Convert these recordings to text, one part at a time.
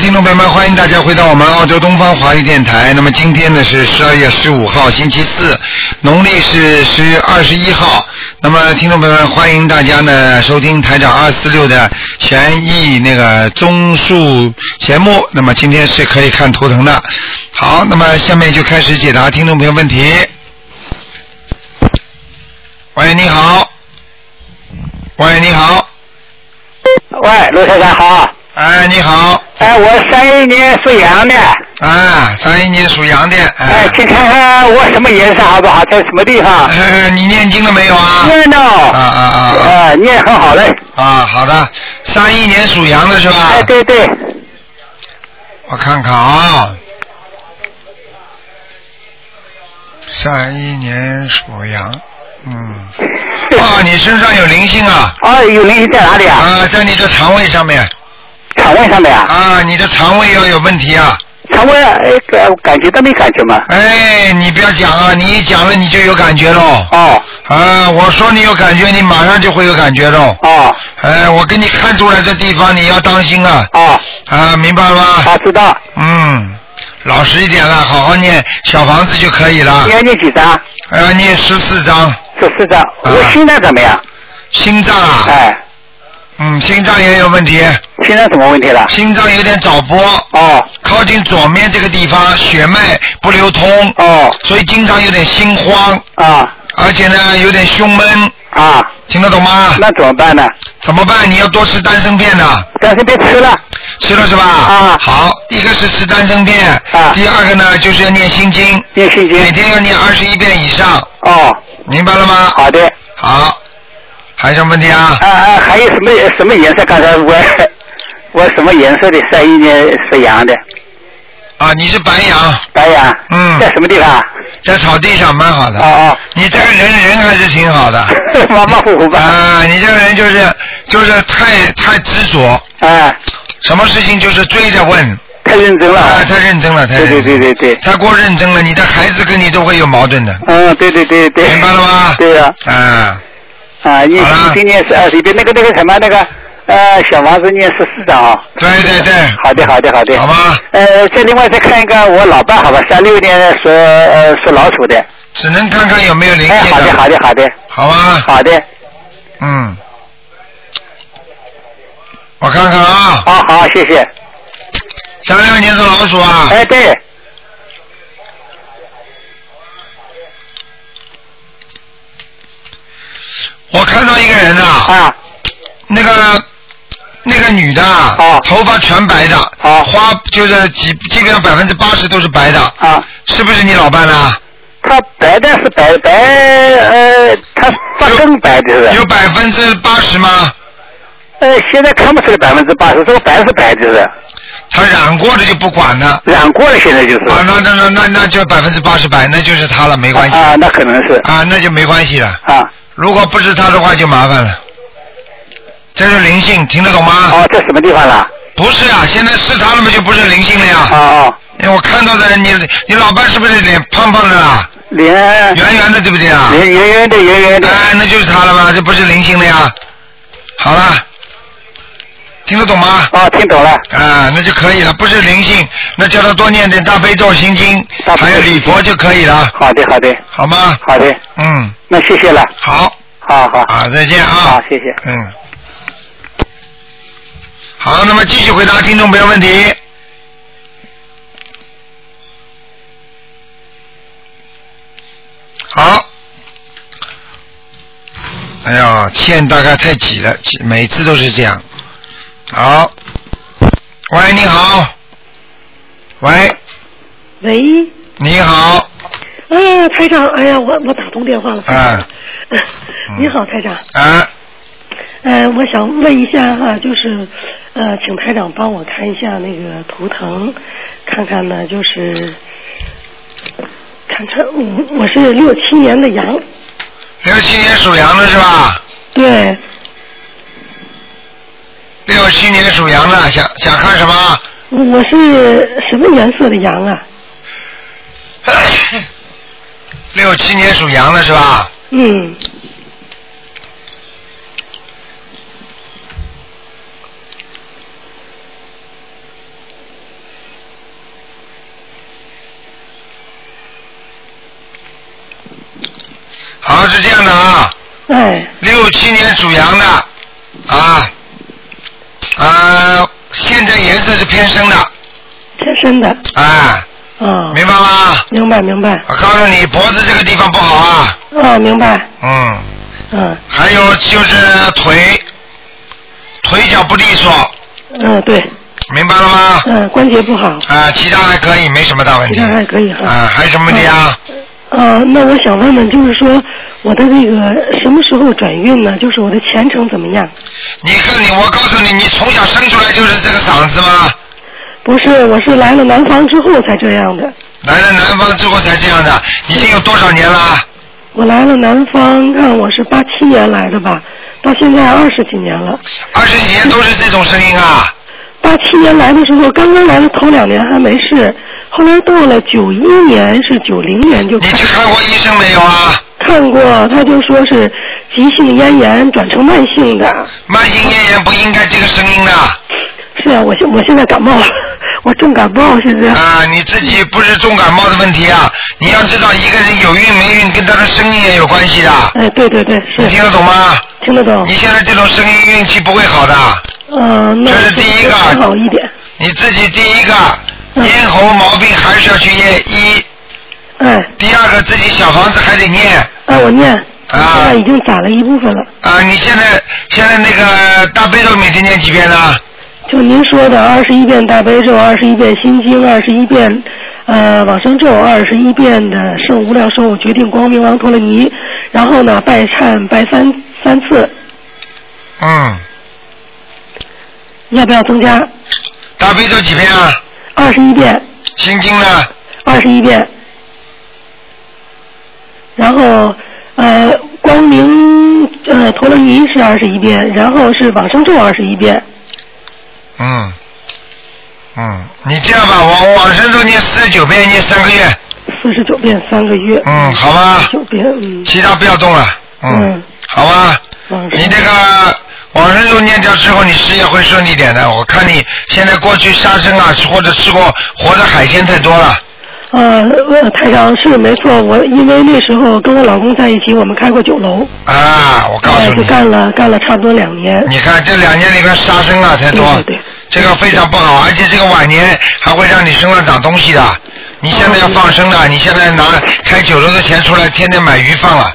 听众朋友们，欢迎大家回到我们澳洲东方华语电台。那么今天呢是十二月十五号，星期四，农历是十二十一号。那么听众朋友们，欢迎大家呢收听台长二四六的权益那个综述节目。那么今天是可以看图腾的。好，那么下面就开始解答听众朋友问题。喂，你好。喂，你好。喂，卢台长好。哎，你好。哎，我三一年属羊的。啊，三一年属羊的。哎，请看看我什么颜色好不好，在什么地方？呃，你念经了没有啊？念了。啊啊啊！哎，念很好嘞。啊，好的。三一年属羊的是吧？哎，对对。我看看啊。三一年属羊，嗯。啊，你身上有灵性啊！哦，有灵性在哪里啊？啊，在你的肠胃上面。肠胃上面啊？啊，你的肠胃要有问题啊！肠胃哎，感感觉都没感觉嘛。哎，你不要讲啊！你一讲了你就有感觉喽。哦。啊，我说你有感觉，你马上就会有感觉喽。哦。哎，我给你看出来这地方你要当心啊！哦。啊，明白了吗？啊，知道。嗯，老实一点啦，好好念小房子就可以了你。要念几张？呃，念十四啊章，十四张。我心脏怎么样？心脏啊，哎，嗯，心脏也有问题，心脏什么问题了？心脏有点早搏，哦靠近左面这个地方血脉不流通，哦所以经常有点心慌，啊而且呢有点胸闷，啊，听得懂吗？那怎么办呢？怎么办？你要多吃丹参片的、但是别吃了。吃了是吧？啊好，一个是吃丹参片，啊第二个呢就是要念心经，念心经。每天要念二十一遍以上，哦，明白了吗？好的。好，还有什么问题啊？啊啊，还有什么什么颜色？刚才我我什么颜色的？三一年属羊的，啊，你是白羊，白羊。嗯在什么地方？在草地上蛮好的。哦哦。你这个人人还是挺好的。 马马虎虎吧。啊，你这个人就是就是太太执着，啊，什么事情就是追着问，太认真了。啊，太认真了，太对认对真对对对。太过认真了，你的孩子跟你都会有矛盾的，嗯，对对对对。明白了吗？对呀、啊，啊，念好了今年是二十一遍，那个那个什么那个呃小房子念十四章啊。对对对，好的好的好的。好吧，呃，再另外再看一个我老伴，好吧，三六年属呃属老鼠的。只能看看有没有灵哎，性好的好的好的好啊吧，好的，嗯，我看看啊，好好谢谢。三六年是老鼠啊，哎对，我看到一个人呐、啊那个那个女的啊，啊头发全白的，啊花就是几基本上百分之八十都是白的，啊，是不是你老伴啊啦、他白的是白白呃，他发更白的是吧有？百分之八十吗？呃，现在看不出来百分之八十，这个白是白的是吧，他染过的就不管了。染过了现在就是。啊，那那那那那就百分之八十白，那就是他了，没关系啊，那可能是啊，那就没关系了。啊。如果不是他的话，就麻烦了。这是灵性，听得懂吗？哦，在什么地方啦？不是啊，现在是他了嘛，就不是灵性了哦呀。哦，因为我看到的你，你老伴是不是脸胖胖的啦，脸圆圆的，对不对啊？脸哎圆圆的圆圆的。哎，那就是他了吧？这不是零星的呀。好了，听得懂吗？哦，听懂了。啊，那就可以了，不是灵性，那叫他多念点大悲咒、心经大，悲咒还有礼佛就可以了，好的好的好吗？好的，嗯，那谢谢了，好好好啊，再见啊。好，谢谢。嗯。好，那么继续回答听众朋友问题。好。哎呀，线大概太挤了，挤每次都是这样。好。喂，你好。喂，喂，你好。啊，台长，哎呀，我我打通电话了。啊嗯你好，台长。啊，呃，我想问一下哈、就是，呃，请台长帮我看一下那个图腾，看看呢，就是，看看嗯我我是六七年的羊，六七年属羊的是吧？对，六七年属羊的，想想看什么？我是什么颜色的羊啊？六七年属羊的是吧？嗯，这样的啊，哎，六七年属羊的啊，啊，现在颜色是偏深的天生的啊，啊，明白吗？明白明白我告诉你，脖子这个地方不好啊，啊，明白，嗯，嗯还有就是腿，腿脚不利索，嗯对，明白了吗？嗯关节不好，啊，其他还可以，没什么大问题。其他还啊，可以嗯哈。还有什么问题啊？呃，那我想问问，就是说我的那个什么时候转运呢？就是我的前程怎么样？你看你，我告诉你，你从小生出来就是这个嗓子吗？不是，我是来了南方之后才这样的。来了南方之后才这样的，已经有多少年了？我来了南方，看我是八七年来的吧，到现在二十几年了。二十几年都是这种声音啊！八七年来的时候，刚刚来的头两年还没事，后来到了九一年是九零年就你看去看过医生没有啊？看过，他就说是急性咽炎转成慢性的。慢性咽炎不应该这个声音的是啊，我现我现在感冒了，我重感冒现在。啊！你自己不是重感冒的问题啊！你要知道，一个人有运没运跟他的声音也有关系的，哎，对对对，你是听得懂吗？听得懂你。现在这种声音运气不会好的，呃，那这是第一个还好一点。你自己第一个嗯咽喉毛病还是要去念医，哎，第二个自己小房子还得念哎，我念，现啊在已经攒了一部分了。啊！你现在现在那个大悲咒每天念几遍呢？就您说的二十一遍大悲咒，二十一遍心经，二十一遍呃往生咒，二十一遍的圣无量寿我决定光明王陀罗尼，然后呢拜忏拜三三次，嗯，要不要增加大悲咒几遍啊？二十一遍？心经呢？二十一遍，然后呃光明呃陀罗尼是二十一遍，然后是往生咒二十一遍，嗯，嗯，你这样吧，我往生咒念四十九遍，念三个月，四十九遍三个月。嗯，好吧，九遍，嗯，其他不要动了，嗯，嗯好吧，往你生这个往生咒念掉之后，你事业会顺利点的。我看你现在过去杀生啊，或者吃过活的海鲜太多了，呃，呃台长是没错，我因为那时候跟我老公在一起，我们开过酒楼，啊，我告哎诉，就你，干了干了差不多两年。你看这两年里边杀生啊太对多，对对，这个非常不好，而且这个晚年还会让你身上长东西的。你现在要放生嗯的，你现在拿开酒楼的钱出来，天天买鱼放了。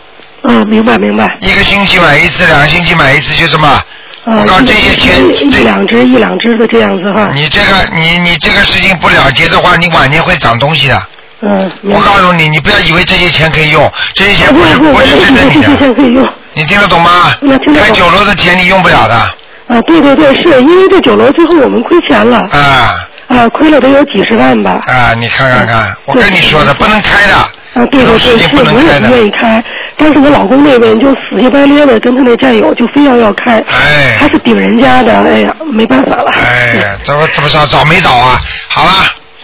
嗯，明白明白。一个星期买一次，两个星期买一次，就这么。呃我告诉，一这些钱一这一两只一两只的这样子哈。你这个你你这个事情不了结的话，你晚年会长东西的。嗯，明我白。告诉你，你不要以为这些钱可以用，这些钱不不是不不，不是针对你这的，钱可以用。你听得懂吗我听？得懂开酒楼的钱你用不了的啊，对对对，是因为这酒楼最后我们亏钱了，啊啊，亏了得有几十万吧。啊！你看看看，我跟你说的，不能开的。啊，对这对种对，事是情不我能也开不的愿意开，但是我老公那边就死乞白咧的跟他那战友就非要要开，哎他是顶人家的，哎呀，没办法了。哎，怎么怎么找找没找啊？好了，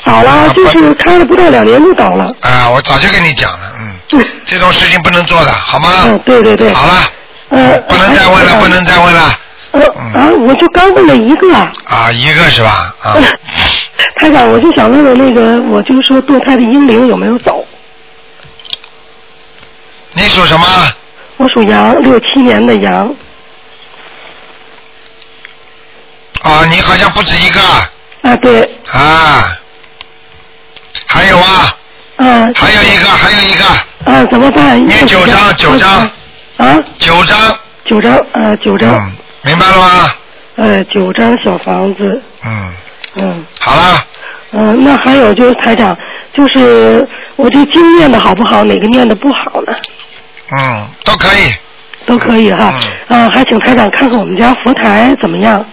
倒了，就是开了不到两年就倒了。啊，我早就跟你讲了，嗯，嗯，这种事情不能做的，好吗？嗯对对对。好了，呃，不能再问了，不能再问了。呃啊，我就刚问了一个。啊，一个是吧？嗯呃 啊，台长，我就想问问那个，我就说堕胎的婴灵有没有走？你属什么？我属羊，六七年的羊。啊，你好像不止一个啊，对，啊。还有啊，啊还有一个，还有一个，啊，怎么办？念九张九张。啊，九张。九张，呃，九张，嗯，明白了吗？呃，九张小房子，嗯，嗯，好了，呃，那还有就是台长，就是我这经念的好不好，哪个念的不好呢？嗯，都可以。都可以哈。嗯啊，还请台长看看我们家佛台怎么样。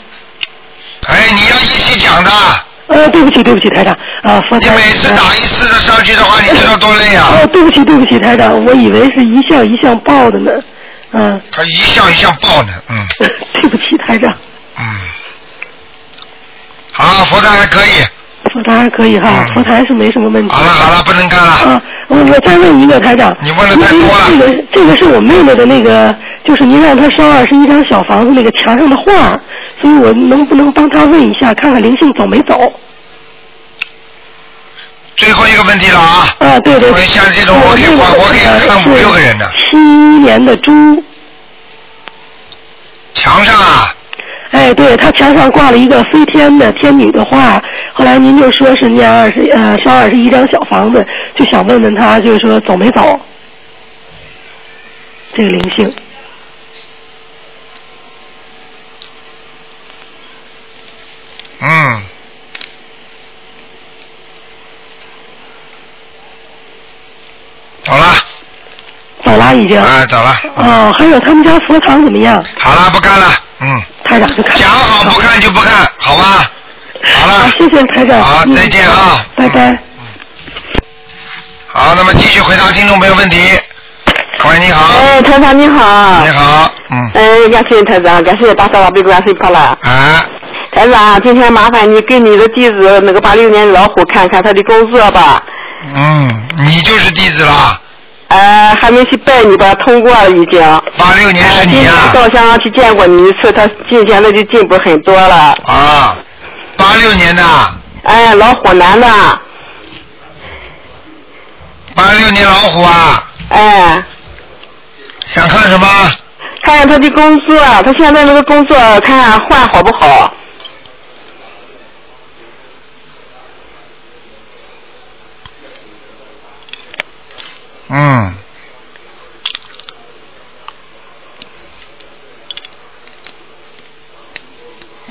哎，你要一起讲的，呃，对不起，对不起，台长，啊，佛你台。每次打一次的上去的话，你知道多累啊哦，！对不起，对不起，台长，我以为是一项一项报的呢。嗯、他一项一项报呢，嗯 对不起，台长，嗯。好，佛台还可以。佛台还可以哈，嗯佛台是没什么问题。好了好了，不能干了。啊，我我再问一个台长，你问得太多了这个这个是我妹妹的那个，就是您让她烧二十一张小房子那个墙上的画，所以我能不能帮她问一下，看看灵性走没走？最最后一个问题了啊！啊，对对。因为像这种我可以我我可以看五六个人呢七一年的猪，墙上啊，哎，对他墙上挂了一个飞天的天女的画，后来您就说是念二十呃烧二十一张小房子，就想问问他，就是说走没走？这个灵性，嗯。好了，走了已经。哎，走了，哦，还有他们家佛堂怎么样？好了，不看了，嗯，台长就看。讲好不看就不看，好吧？好好了，谢谢台长。好嗯再见啊拜拜。好，那么继续回答听众朋友问题。喂，你好，哎，台长你好。你。好，嗯，哎，感谢台长，感谢大萨瓦贝格拉西帕 拉。啊，台长，今天麻烦你给你的弟子那个八六年老虎看看他的工作吧。嗯，你就是弟子啦，呃，还没去拜你吧，通过了已经。八六年是你呀、啊呃今年到香港去见过你一次，他进前的就进步很多了。啊，八六年的，哎，老虎男的，八六年老虎啊，哎，想看什么？看看他的工作，他现在那个工作，看看换好不好？嗯，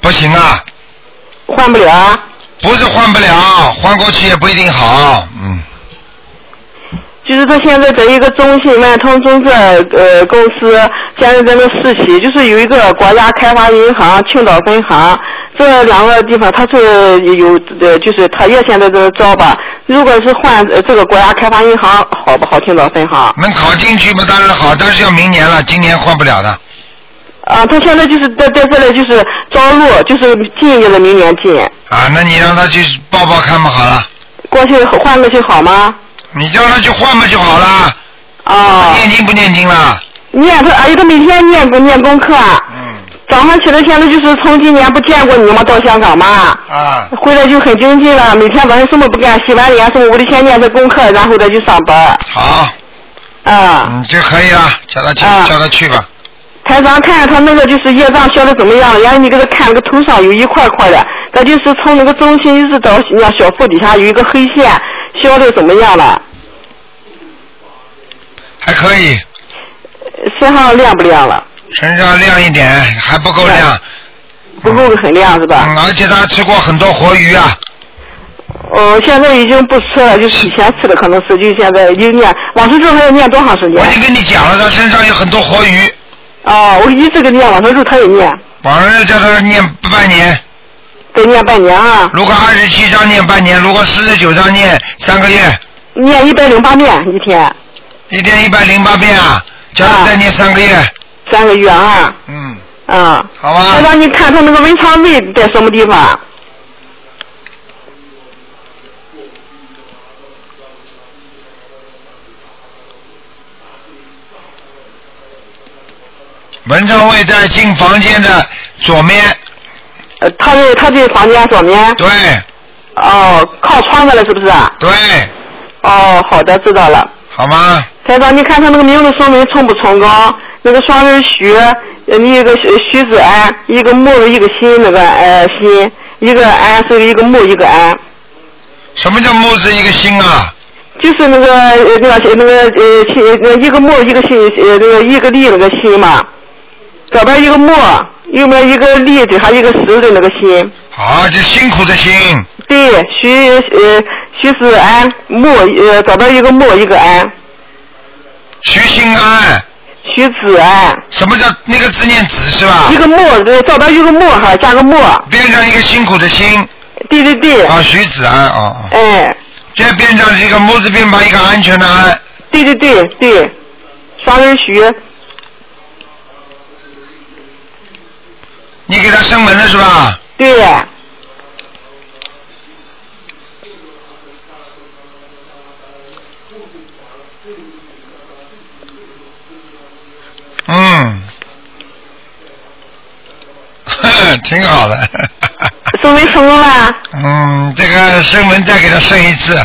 不行啊，换不了啊，不是换不了，换过去也不一定好，嗯，就是他现在在一个中信万通中这呃公司，现在在那实习，就是有一个国家开发银行青岛分行这两个地方，他是有呃就是他也现在在招吧。如果是换、呃这个国家开发银行好不好？青岛分行能考进去嘛当然好，但是要明年了，今年换不了的，啊，他现在就是在在这里就是招录，就是进就是明年进，啊，那你让他去报报看嘛好了，过去换过去好吗？你让他去换嘛就好了，啊，念经不念经啦？念他哎呀，他每天念念功课。嗯，早上起来，现在就是从今年不见过你嘛，到香港嘛，啊，回来就很精进了。每天早上什么不干，洗完脸，中午的先念着功课，然后再去上班。好，啊，嗯，就可以了，叫他去，啊叫他去吧，台长看看他那个就是业障消的怎么样了，然后你给他看那个头上有一块块的，他就是从那个中心一直到那小腹底下有一个黑线，消的怎么样了？还可以，身上亮不亮了？身上亮一点，还不够亮。不够很亮是吧？嗯，而且他吃过很多活鱼啊，哦，现在已经不吃了，就是以前吃的可能是，就现在就念往生咒还要念多长时间我已？经跟你讲了，他身上有很多活鱼，哦，我一直给念往生咒，他也念。网上叫他念半年，得念半年啊，如果二十七章念半年，如果四十九章念三个月，念一百零八遍一天，一天一百零八遍啊，叫他再念三个月，三个月啊，嗯，啊，好吧，再让你看他那个文昌位在什么地方？文昌位在进房间的左面，呃，他的他的房间左面，对哦，靠窗子了是不是？啊对，哦，好的，知道了。好吗？台长，你看他那个名字说明冲不冲高？那个双人徐，呃一个徐徐子安，一个木一个心，那个呃心，一个安是一个木一个哎安，什么叫木字一个心啊？就是那个呃那个那个呃心呃一个木一个心呃那个一个力那个心嘛，左边一个木，右边一个力，底下一个石的那个心。好，啊就辛苦的辛，对，徐呃徐子安木呃左边一个木一个安，徐心安，徐子安什么叫那个字念子是吧一？个木，对，左边一个木哈加个木，边上一个辛苦的辛，对对对，啊，徐子安，哦哦，哎，这边上是一个木字边旁一个安全的安，对对对对，双人徐，你给他升门了是吧？对，嗯 嗯，挺好的，收没成功啦？嗯，这个声纹再给他生一次。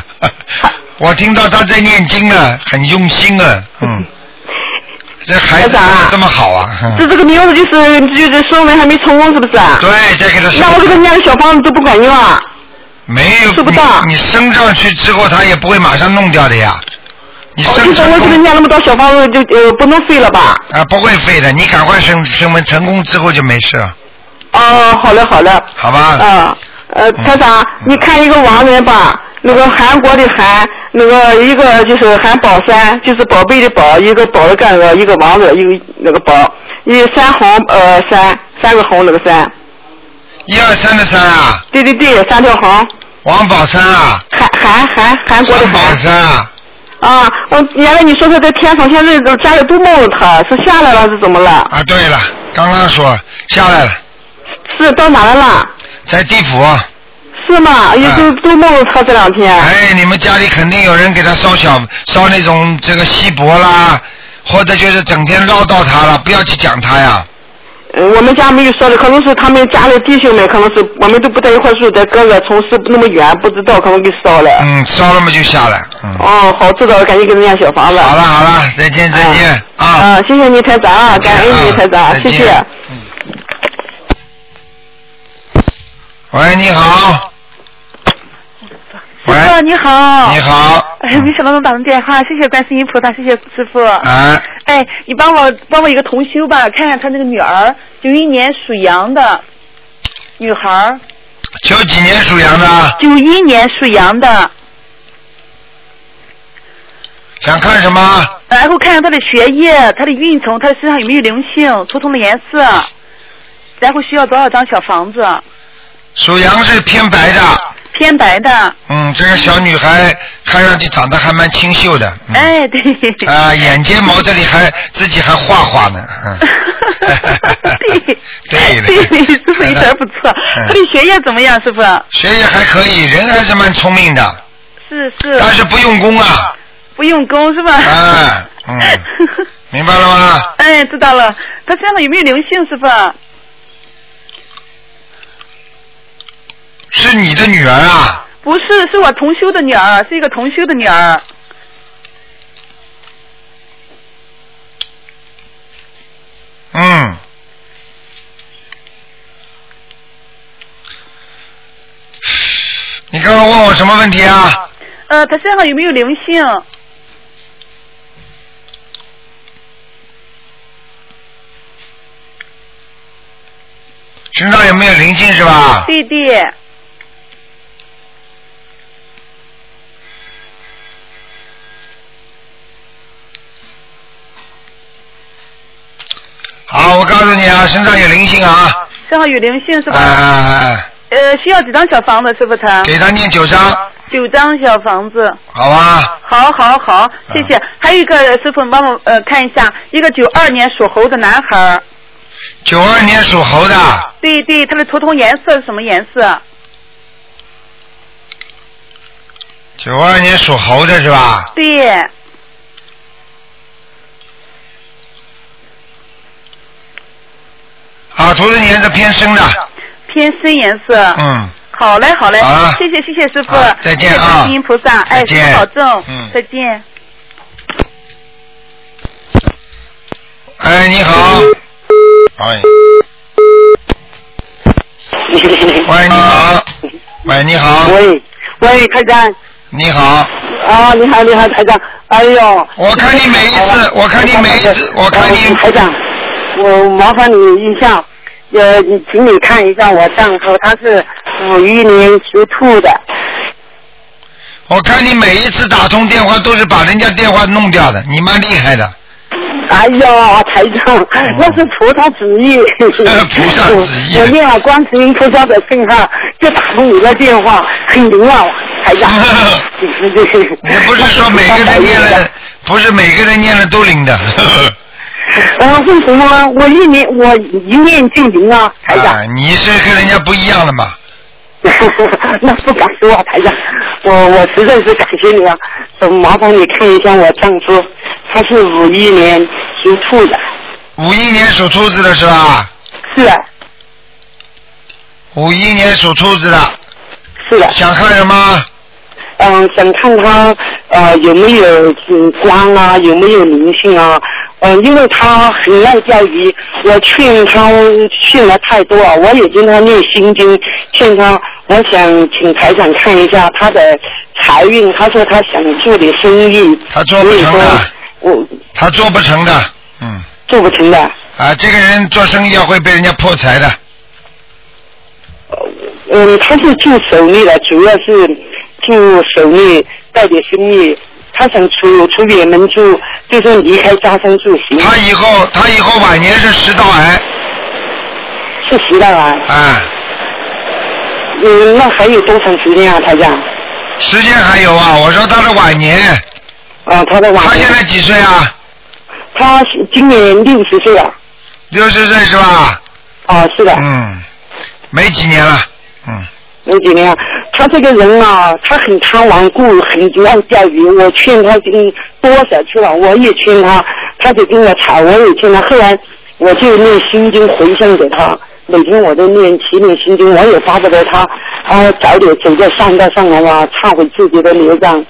我听到他在念经了，很用心啊，嗯。这孩子台怎长啊么这么好啊？这嗯、这个名字就是就是收纹还没成功是不是啊？对，再给他生。那我给他念的小方子都不管用啊？没有吃不到你，你升上去之后，他也不会马上弄掉的呀。你哦升就成说我给他功念那么多小方子就呃不能废了吧？啊，不会废的。你赶快升升温成功之后就没事了，哦，好嘞好嘞。好吧？嗯啊，呃，台长，你看一个亡人吧，那个韩国的韩，那个一个就是韩宝山，就是宝贝的宝，一个宝的干个，一个王字，一个那个宝，一三红呃三，三个红那个三，一二三的三啊，对对对，三条红，王宝山啊，韩韩韩韩国的王宝韩。山啊，啊，我原来你说他在天上，现在都家里都梦着他，是下来了是怎么了？啊，对了，刚刚说了下来了，是到哪儿了啦？在地府啊。是吗？也都、都梦着他这两天。哎，你们家里肯定有人给他烧小烧那种这个锡箔啦，或者就是整天唠叨他了，不要去讲他呀。呃，我们家没有说的，可能是他们家里弟兄们，可能是我们都不在一块住，在哥哥从事那么远，不知道可能给烧了。嗯，烧了嘛就下来。嗯，哦，好，知道了，赶紧给他念小房子。好了好了，再见再见啊。啊，谢谢你台长啊，感恩你台长，再谢见谢。嗯喂，你好。喂师，傅你好。你。好。哎，没想到能打通电话，谢谢观世音菩萨，谢谢师傅。哎，哎，你帮我帮我一个同修吧，看看他那个女儿，九一年属羊的女孩儿，九几年属羊的，九一年属羊的，想看什么？然后看看她的学业、她的运程、她的身上有没有灵性、图腾的颜色，然后需要多少张小房子？属羊是偏白的，偏白的，嗯，这个小女孩看上去长得还蛮清秀的，嗯、哎，对。啊、眼睫毛 这里还自己还画画呢，嗯 对，对对，的师傅一点儿不错。嗯他的学业怎么样，师傅？学业还可以，人还是蛮聪明的，是但是，是不用功啊，不用功是吧？哎，嗯，明白了吗？ 哎，知道了。他身上有没有灵性，师傅？是你的女儿啊，不是，是我同修的女儿，是一个同修的女儿。嗯，你刚刚问我什么问题啊？呃，他身上有没有灵性？身上有没有灵性是吧？对对，好，我告诉你啊，身上有灵性啊，身上有灵性是啊、吧？呃，需要几张小房子，师傅他？给他念九章，九张小房子。好吧？好好啊好，谢谢。还有一个师傅，你帮我呃看一下，一个九二年属猴的男孩儿，九二年属猴的，对对，他的图腾颜色是什么颜啊色？九二年属猴的是吧？对，啊，图腾颜色偏深的，偏深颜色。嗯，好嘞，好嘞，好了谢谢谢谢师傅好，再见谢谢啊观世音菩萨，哎，再见师傅保重，嗯再见。哎，你好，哎，喂，你好，喂，你好，喂，喂，台长，你好，啊，你好，你好，台长，哎呦，哎我看你每一次，我看你每一次，我看你呃，台长，我麻烦你一下，呃，你请你看一下我丈夫，他是五一年属兔的，我看你每一次打通电话都是把人家电话弄掉的，你蛮厉害的，哎呦，台长，那是菩萨旨意，哦菩萨旨意，我念了观世音菩萨的信号，就打通你的电话，很灵啊，台长 你你不是说每个人念哎了，不是每个人念了都灵的，然呃后为什么呢？我一年我一念就灵啊，台长。啊，你是跟人家不一样的嘛， 那不敢说啊，台长，我我实在是感谢你啊，呃麻烦你看一下我丈夫，他是五一年属兔的，五一年属兔子的是吧？是啊，五一年属兔子的，是的，想看什么？嗯，想看他呃有没有嗯光啊，有没有灵性啊？嗯，因为他很爱钓鱼，我劝他劝了太多啊，我也跟他念心经，劝他，我想请台长看一下他的财运，他说他想做点生意，他做不成所以说的，我他做不成的，嗯，做不成的。啊，这个人做生意要会被人家破财的，嗯，他是做手艺的，主要是做手艺，带点生意。他想出出远门住，就是离开家乡住行。他以后哦他以后晚年是食道癌，是时代啊，啊，嗯，那还有多长时间啊，台长？时间还有啊，我说他的晚年，啊，他的晚他年现在几岁啊？他是今年六十岁了。六十岁是吧？啊，是的，嗯，没几年了，嗯，有几年啊。他这个人啊，他很贪玩，故很爱钓鱼。我劝他跟多少次了，我也劝他，他就跟我吵，我也劝他。后来我就念心经回向给他，每天我都念七遍心经，我也发给了他，他早点走在善道上来啊，忏悔自己的孽障，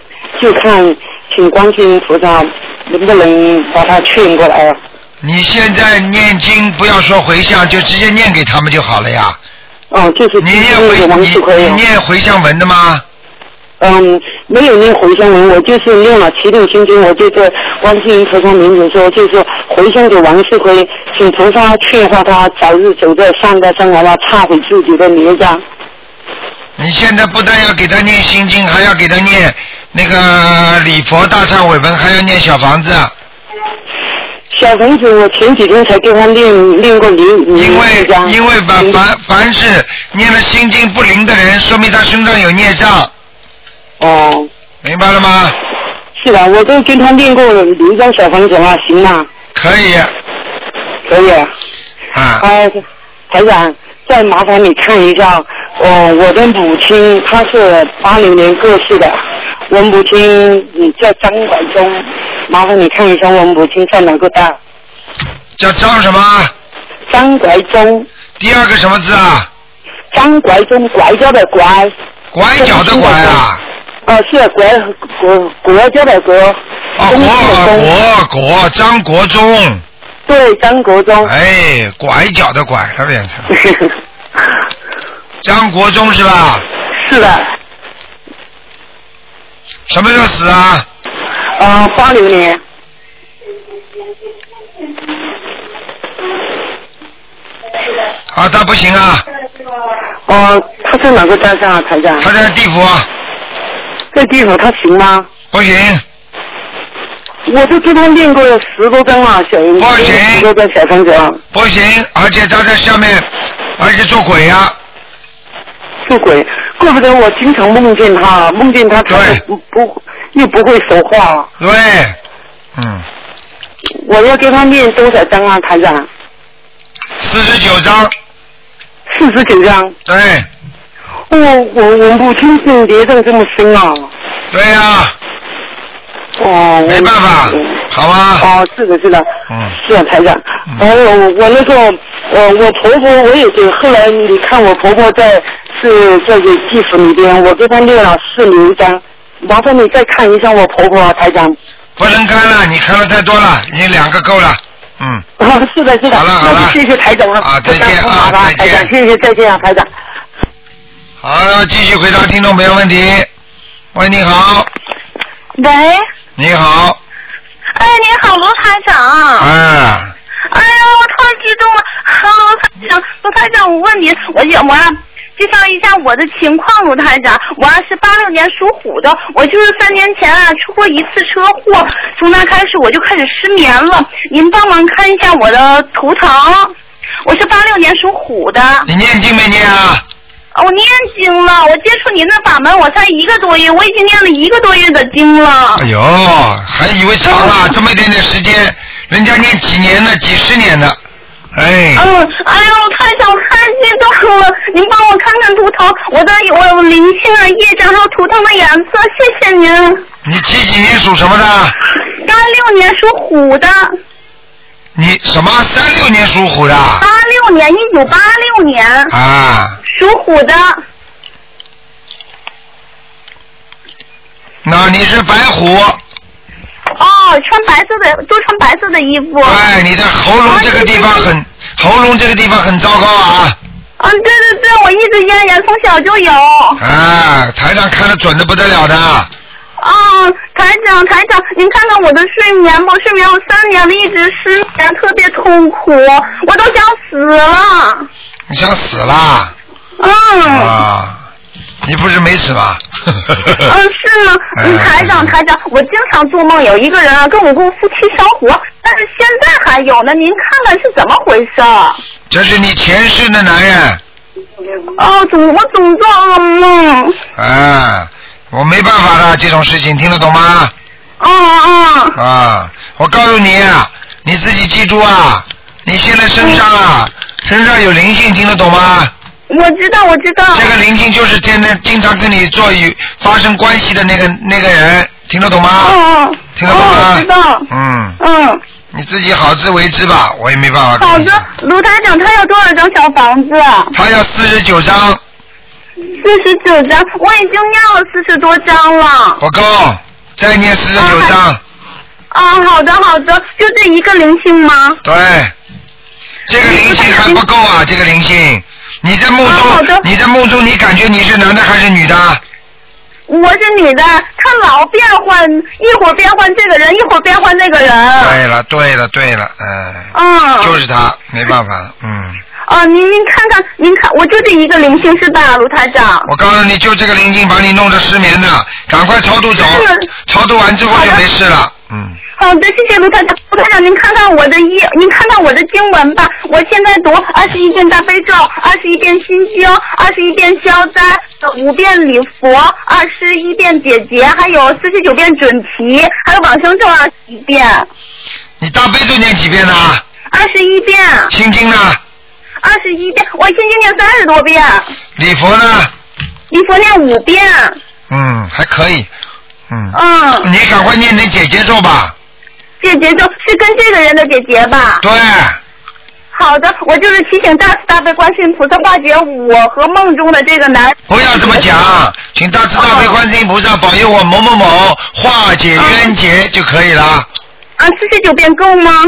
就看请观世音菩萨能不能把他劝过来啊。你现在念经不要说回向，就直接念给他们就好了呀。哦，就是你今念天回的王你素可以你。念回向文的吗？嗯，没有念回向文，我就是念了七六心经，我就在观世音菩萨面前说，就是回向给王世奎，请菩萨劝化他早日走在善道上，让他忏悔自己的孽障。你现在不但要给他念心经，还要给他念那个礼佛大忏悔文，还要念小房子，啊小房子，我前几天才给他念念过零因为零章，因为凡凡凡是念了心经不灵的人，说明他身上有孽障，哦，明白了吗？是的，我都跟他念过零张小房子了，行吗？可以可以啊。啊，哎，台长，再麻烦你看一下，哦，我的母亲她是八零年过世的，我母亲嗯叫张管中，麻烦你看一下我母亲在哪个大？叫张什么？张拐中，第二个什么字啊？张拐中，拐角的拐，拐角的拐啊？哦、是国国国家的国，哦，中国的中，国国国张国忠，对，张国忠。哎，拐角的拐，他变成 张国忠是吧？是的，什么时候死啊？呃，八零年，啊，他不行啊，哦、她在哪个大上啊，台长？他在地府啊在地府她行吗？不行。我都跟他练过了十多张了，小不行十多张小房子啊了，不行，而且他在下面，而且做鬼啊呀、出轨，怪不得我经常梦见他，梦见他他对不不又不会说话，对，嗯，我要给他练多少张啊，台长？四十九章，四十九张。对，我我我母亲是孽障这么深啊！对呀、哦，我没办法，好吧，哦，是的，是的，嗯是啊，台长。嗯还有我那个，呃，我婆婆我也给，后来你看我婆婆在是在这地府里边，我给她念了四零张，麻烦你再看一下我婆婆啊，台长。 不能看了，你看的太多了，已经两个够了，嗯，啊，是的，是的，好了好了那就谢谢台长啊再见啊不麻烦再见台长，谢谢，再见啊，台长。好，继续回答听众朋友问题。喂，你好，喂，哎，你好，你好，罗台长。啊，哎呀，我太激动了！啊，罗台长，罗台长，我问你，我也我要介绍一下我的情况，罗台长，我啊是八六年属虎的，我就是三年前啊出过一次车祸，从那开始我就开始失眠了。您帮忙看一下我的图腾，我是八六年属虎的。你念经没念啊？哦我念经了，我接触您的法门，我才一个多月，我已经念了一个多月的经了哎。呦，还以为长了，这么一点点时间，人家念几年的，几十年的，哎，嗯，哎呦，我太想太激动了！您帮我看看图腾，我的我有灵性啊、业障，还有图腾的颜色，谢谢您。你几几年属什么的？八六年属虎的，你什么？三六年属虎的？八六六年，一九八六年，啊，属虎的。那你是白虎，哦，穿白色的，都穿白色的衣服。哎，你的喉咙这个地方很，喉咙这个地方很糟糕啊嗯，对对对，我一直咽炎，从小就有。啊！台上看得准的不得了的，啊，台长，台长，您看看我的睡眠吧，睡眠我三年了，一直失眠，特别痛苦，我都想死了。你想死啦 嗯，啊！你不是没死吧？嗯，是呢，哎嗯，台长，台长，我经常做梦有一个人啊跟我跟我夫妻生活，但是现在还有呢，您看看是怎么回事儿？这是你前世的男人，哦，总我总做噩梦。啊，我没办法的，这种事情听得懂吗？嗯嗯啊，我告诉你，啊你自己记住啊，你现在身上啊，身上有灵性，听得懂吗？我知道，我知道。这个灵性就是天天经常跟你做与发生关系的那个那个人，听得懂吗？嗯嗯，听得懂哦吗？我知道。嗯，嗯，你自己好自为之吧，我也没办法好跟你的讲。，卢台长，他要多少张小房子？啊他要四十九张，四十九张，我已经要了四十多张了。不够，再念四十九张。啊，好的好的，就这一个灵性吗？对，这个灵性还不够啊，这个灵性。你在梦啊好中的，你在梦中，你感觉你是男的还是女的？啊我是女的，她老变换，一会儿变换这个人，一会儿变换那个人。对了，对了，对了，嗯，嗯，就是他，没办法了，嗯，啊，您您看看，您看，我就这一个灵性是吧，卢台长？我告诉你就这个灵性把你弄得失眠的，赶快超度走是，超度完之后就没事了，嗯，好的，啊谢谢卢台长。卢台长，您看看我的一，您看看我的经文吧。我现在读二十一遍大悲咒，二十一遍心经，二十一遍消灾，五遍礼佛，二十一遍解结，还有四十九遍准提，还有往生咒二十一遍，你大悲咒念几遍啊呢？二十一遍，心经呢？二十一遍。我心经念三十多遍，礼佛呢？礼佛念五遍。嗯，还可以，嗯，嗯，你赶快念点姐姐咒吧，解结咒是跟这个人的解结吧？对，好的，我就是提醒大慈大悲观世音菩萨化解我和梦中的这个男。不要这么嗯讲，请大慈大悲观世音菩萨保佑我某某某化解冤结就可以了。啊，四十九遍够吗？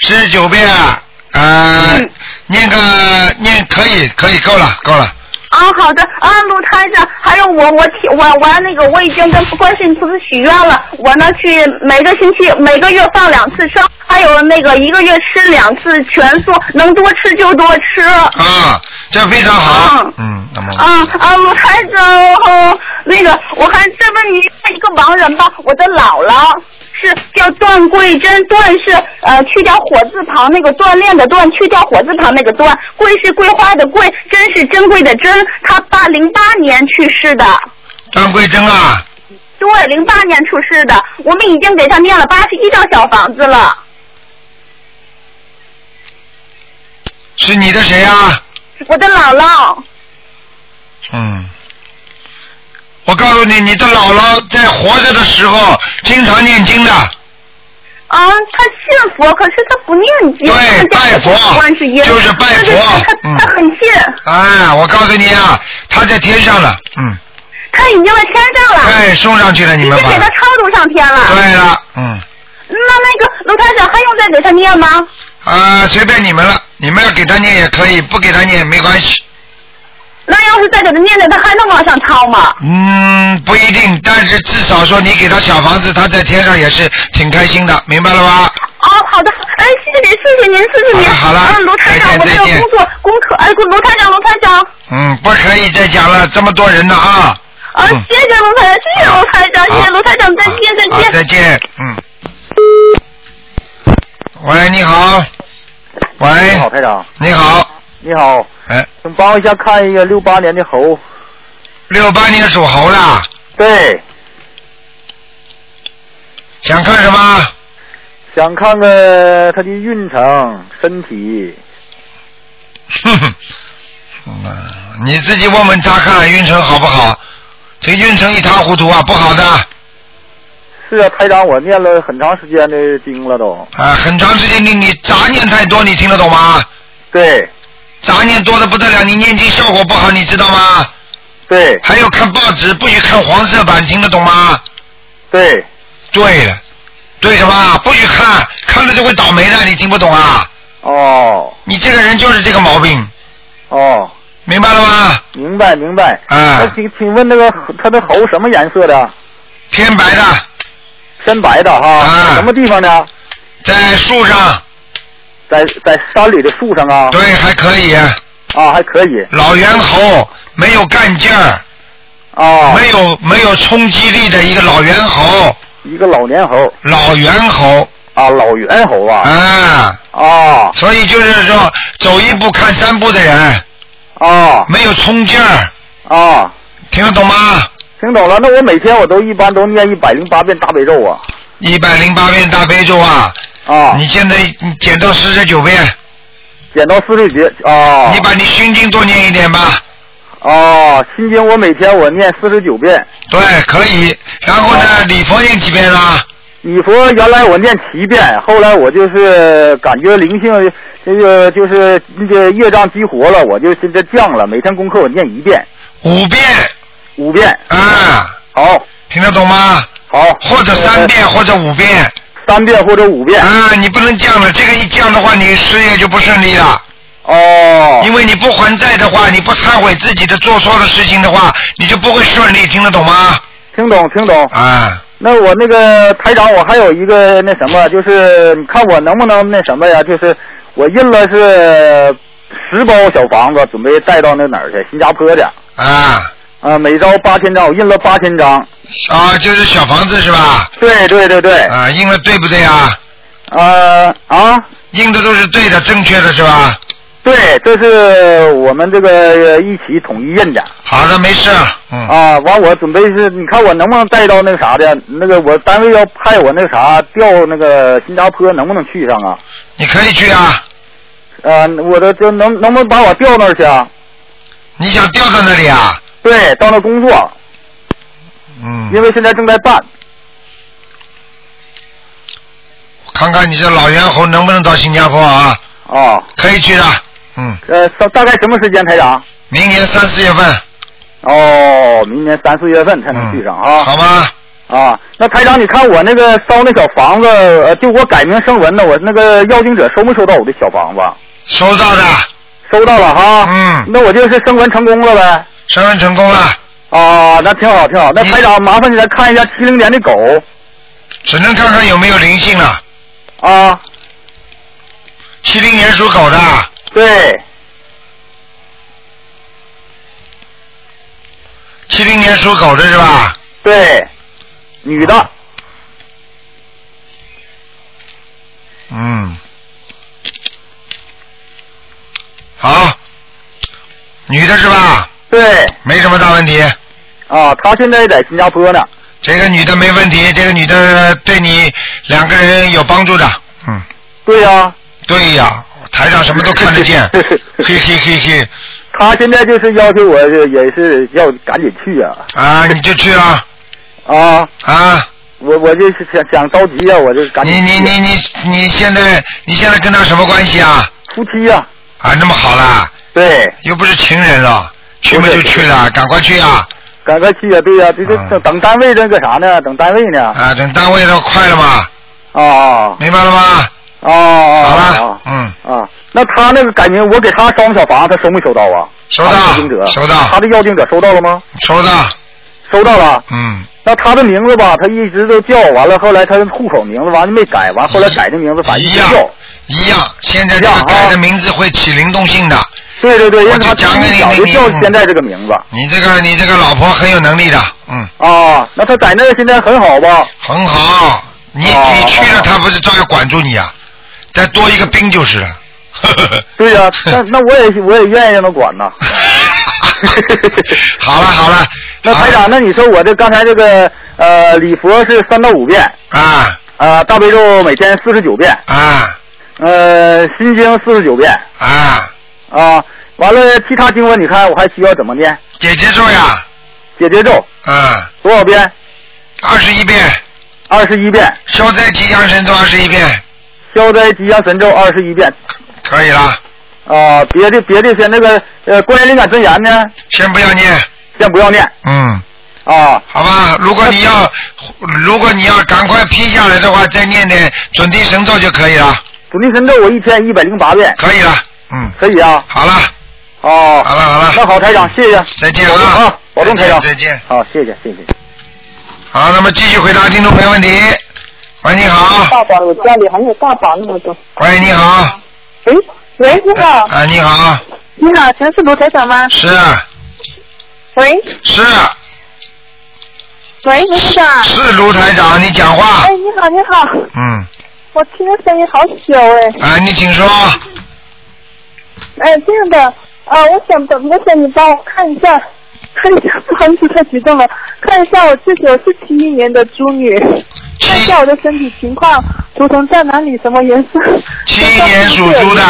四十九遍，呃嗯，念个念可以可以够了够了，啊，好的啊，卢台长，还有我我提我我那个我已经跟观世音菩萨许愿了，我呢去每个星期每个月放两次生，还有那个一个月吃两次全素，能多吃就多吃。啊，这非常好嗯，嗯，那么啊啊，卢台长，哦、那个我还再问您一个亡人吧，我的姥姥是叫段桂珍，段是呃去掉火字旁那个锻炼的锻，去掉火字旁那个段，桂是桂花的桂，珍是珍贵的珍，她八零八年去世的。张桂珍啊，对，零八年出世的，我们已经给她念了八十一张小房子了。是你的谁啊？我的姥姥，嗯，我告诉你，你的姥姥在活着的时候经常念经的，啊，她信佛，可是她不念经，对她家拜里不佛观世音，就是拜但是佛她她她嗯很信。哎，我告诉你啊，她在天上了，嗯，他已经在天上了，哎，送上去了，你已经们把给，他超度上天了。对了，嗯。啊那那个卢台长还用再给他念吗？啊，随便你们了，你们要给他念也可以，不给他念也没关系。那要是再给他念念，他还能往上超吗？嗯，不一定，但是至少说你给他小房子，他在天上也是挺开心的，明白了吧？哦，好的，哎，谢谢谢谢您，谢谢您。好了好了嗯，卢台长，再我见这再个见工作功课，哎，卢台长，卢台长，嗯，不可以再讲了，这么多人呢啊！啊，嗯谢谢卢台长，谢谢卢台长，谢谢卢台长，再见，再好见。再见，嗯。喂，你你好。好，喂，台长。你好，你好，哎，请帮我一下看一个六八年的猴。六八年属猴的，对，想看什么？想看看他的运程、身体。哼哼， 嗯，你自己问问他看运程好不好？这个运程一塌糊涂啊，不好的是啊，台长，我念了很长时间的经了都。啊，很长时间你你杂念太多，你听得懂吗？对，杂念多的不得了，你念经效果不好，你知道吗？对还有看报纸，不许看黄色版，听得懂吗？对，对了，对什么？不许看，看了就会倒霉的，你听不懂啊？哦你这个人就是这个毛病，哦，明白了吗？明白明白。啊那请请问那个他的猴什么颜色的？偏白的，深白的哈，啊什么地方呢？在树上，在在山里的树上啊。对，还可以，啊，还可以。老猿猴没有干劲儿，啊，没有没有冲击力的一个老猿猴，一个老年猴老猿猴啊，老猿猴啊。啊，啊所以就是说走一步看三步的人，啊没有冲劲儿，啊！听得懂吗？听懂了，那我每天我都一般都念一百零八遍大悲咒啊一百零八遍大悲咒啊，啊，你现在你减到四十九遍，减到四十节啊你把你心经多念一点吧。啊，心经我每天我念四十九遍，对，可以。然后呢，礼佛念几遍啦？你说原来我念七遍，后来我就是感觉灵性这个就是那个业障激活了，我就现在降了，每天功课我念一遍，五遍五遍，啊，好，听得懂吗？好，啊呃或者三遍，或者五遍三遍或者五遍，啊，你不能降了。这个一降的话，你事业就不顺利了。哦，因为你不还债的话，你不忏悔自己的做错的事情的话，你就不会顺利，听得懂吗？听懂听懂，啊，那我那个台长，我还有一个那什么，就是你看我能不能那什么呀？就是我印了是十包小房子，准备带到那哪儿去？新加坡去。啊啊，每招八千张，我印了八千张。啊，就是小房子是吧？对对对对。啊，印的对不对啊？呃啊，印的都是对的、正确的是吧？对，这是我们这个呃一起统一印的好的，没事。嗯。啊。完，我准备是，你看我能不能带到那个啥的？那个我单位要派我那个啥调那个新加坡，能不能去上啊？你可以去啊，呃，我的就能能不能把我调那儿去啊？你想调到那里啊？对，到那工作，嗯因为现在正在办。看看你这老猿猴能不能到新加坡啊？啊，可以去的。嗯，呃，大大概什么时间，台长？明年三四月份。哦，明年三四月份才能嗯去上啊、好吗？啊！那台长，你看我那个烧那小房子，呃，就我改名升文的，我那个邀请者收没收到我的小房子？收到的，收到了哈。嗯那我就是升文成功了呗。升温成功了，啊，那挺好，挺好。那你台长，麻烦你来看一下七零年的狗只能看看有没有灵性了。啊，七零年属狗的，对，七零年属狗的是吧？对，女的，嗯。好，女的是吧？对，没什么大问题。啊，她现在在新加坡呢。这个女的没问题，这个女的对你两个人有帮助的。嗯，对呀、。对呀，台上什么都看得见 嘿嘿嘿嘿，他现在就是要求我是也是要赶紧去啊啊，你就去啊 啊！啊！我我就是想想着急啊，我就赶紧你去你你你你现在你现在跟他什么关系啊？夫妻啊，啊，那么好啦，对，又不是情人了，去嘛就去了，赶快去啊！赶快去啊，对呀、这这嗯等等单位这个啥呢？等单位呢？啊，等单位都快了嘛，啊啊明白了吗？啊啊！好了啊，嗯，啊！那他那个改名，我给他烧小房，他收没收到啊？收他的到邀请者，，收他到，的邀请者收到了吗？收到，收到了。嗯，那他的名字吧，他一直都叫完了，后来他的户口名字完了没改，完后来改的名字，反正嗯一一直样叫。一样。现在一这个样啊改的名字会起灵动性的，对对对，因为我就他讲从给你小就你叫你现在这个名字。你这个你这个老婆很有能力的，嗯，啊，那他在那儿现在很好吧？很好。你哦你去哦了，她不是照样管住你啊？再多一个兵就是了。 对呀、那那我也我也愿意让他管呐。 好了好了， 啊那台长，那你说我这刚才这个呃礼佛是三到五遍，啊啊、大悲咒每天四十九遍，啊呃心经四十九遍，啊！啊，完了其他经文你看我还需要怎么念？姐姐咒呀，解结咒啊，多少遍？二十一遍，二十一遍，消灾吉祥神咒二十一遍，消灾吉祥神咒二十一遍，可以啦。啊、别的别的是那个呃关于灵感真言呢，先不要念，先不要念嗯，啊。好吧。如果你要，如果你要赶快批下来的话，再念点准提神咒就可以了，准提神咒我一天一百零八遍，可以了。嗯，可以啊。好了，哦，好了，好了。嗯那好，台长，谢谢。再见保重啊啊，保重，台长。再见。好，谢谢，谢谢。好，那么继续回答听众朋友问题。喂，你好。大宝，我家里还有大宝那么多。喂，你好。喂，喂，你好，啊，你好。你好，全是卢台长吗？是喂，是喂，卢台长。是卢台长，你讲话哎，。你好，你好，嗯，我听了声音好久哎，啊，你请说。哎，这样的，呃，我想帮，我想你帮我看一下，看一下，不好意思，太激动了，看一下我自己，我是七一年的猪女，看一下我的身体情况，图腾在哪里，什么颜色？七一年属猪的，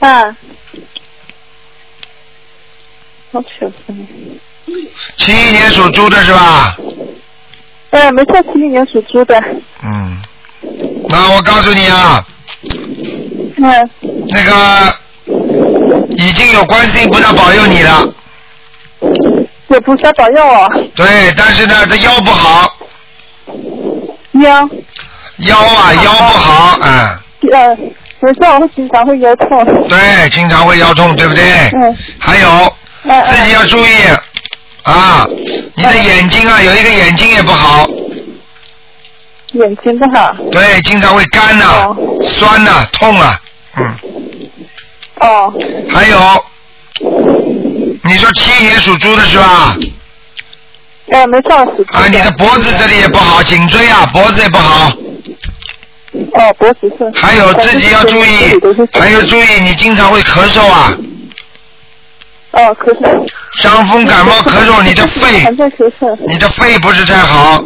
啊。好巧，七一年属猪的是吧？哎，没错，七一年属猪的，嗯。那我告诉你啊，嗯，那个已经有观世音菩萨保佑你了，有菩萨保佑哦，对，但是呢，这腰不好，腰，腰啊腰不好，嗯，呃，有时候我会经常会腰痛，对，经常会腰痛，对不对？嗯，还有哎自己哎，要注意啊，你的眼睛啊，有一个眼睛也不好，眼睛不好，对，经常会干呐、哦酸呐、痛啊，嗯，哦，还有，你说七一年属猪的是吧？哎，没错，属猪啊，你的脖子这里也不好，颈椎啊，脖子也不好，哦，脖子是，还有自己要注意，还有注意，你经常会咳嗽啊，哦，咳嗽，伤风感冒咳嗽，嗯你的肺还，在咳嗽，你的肺不是太好，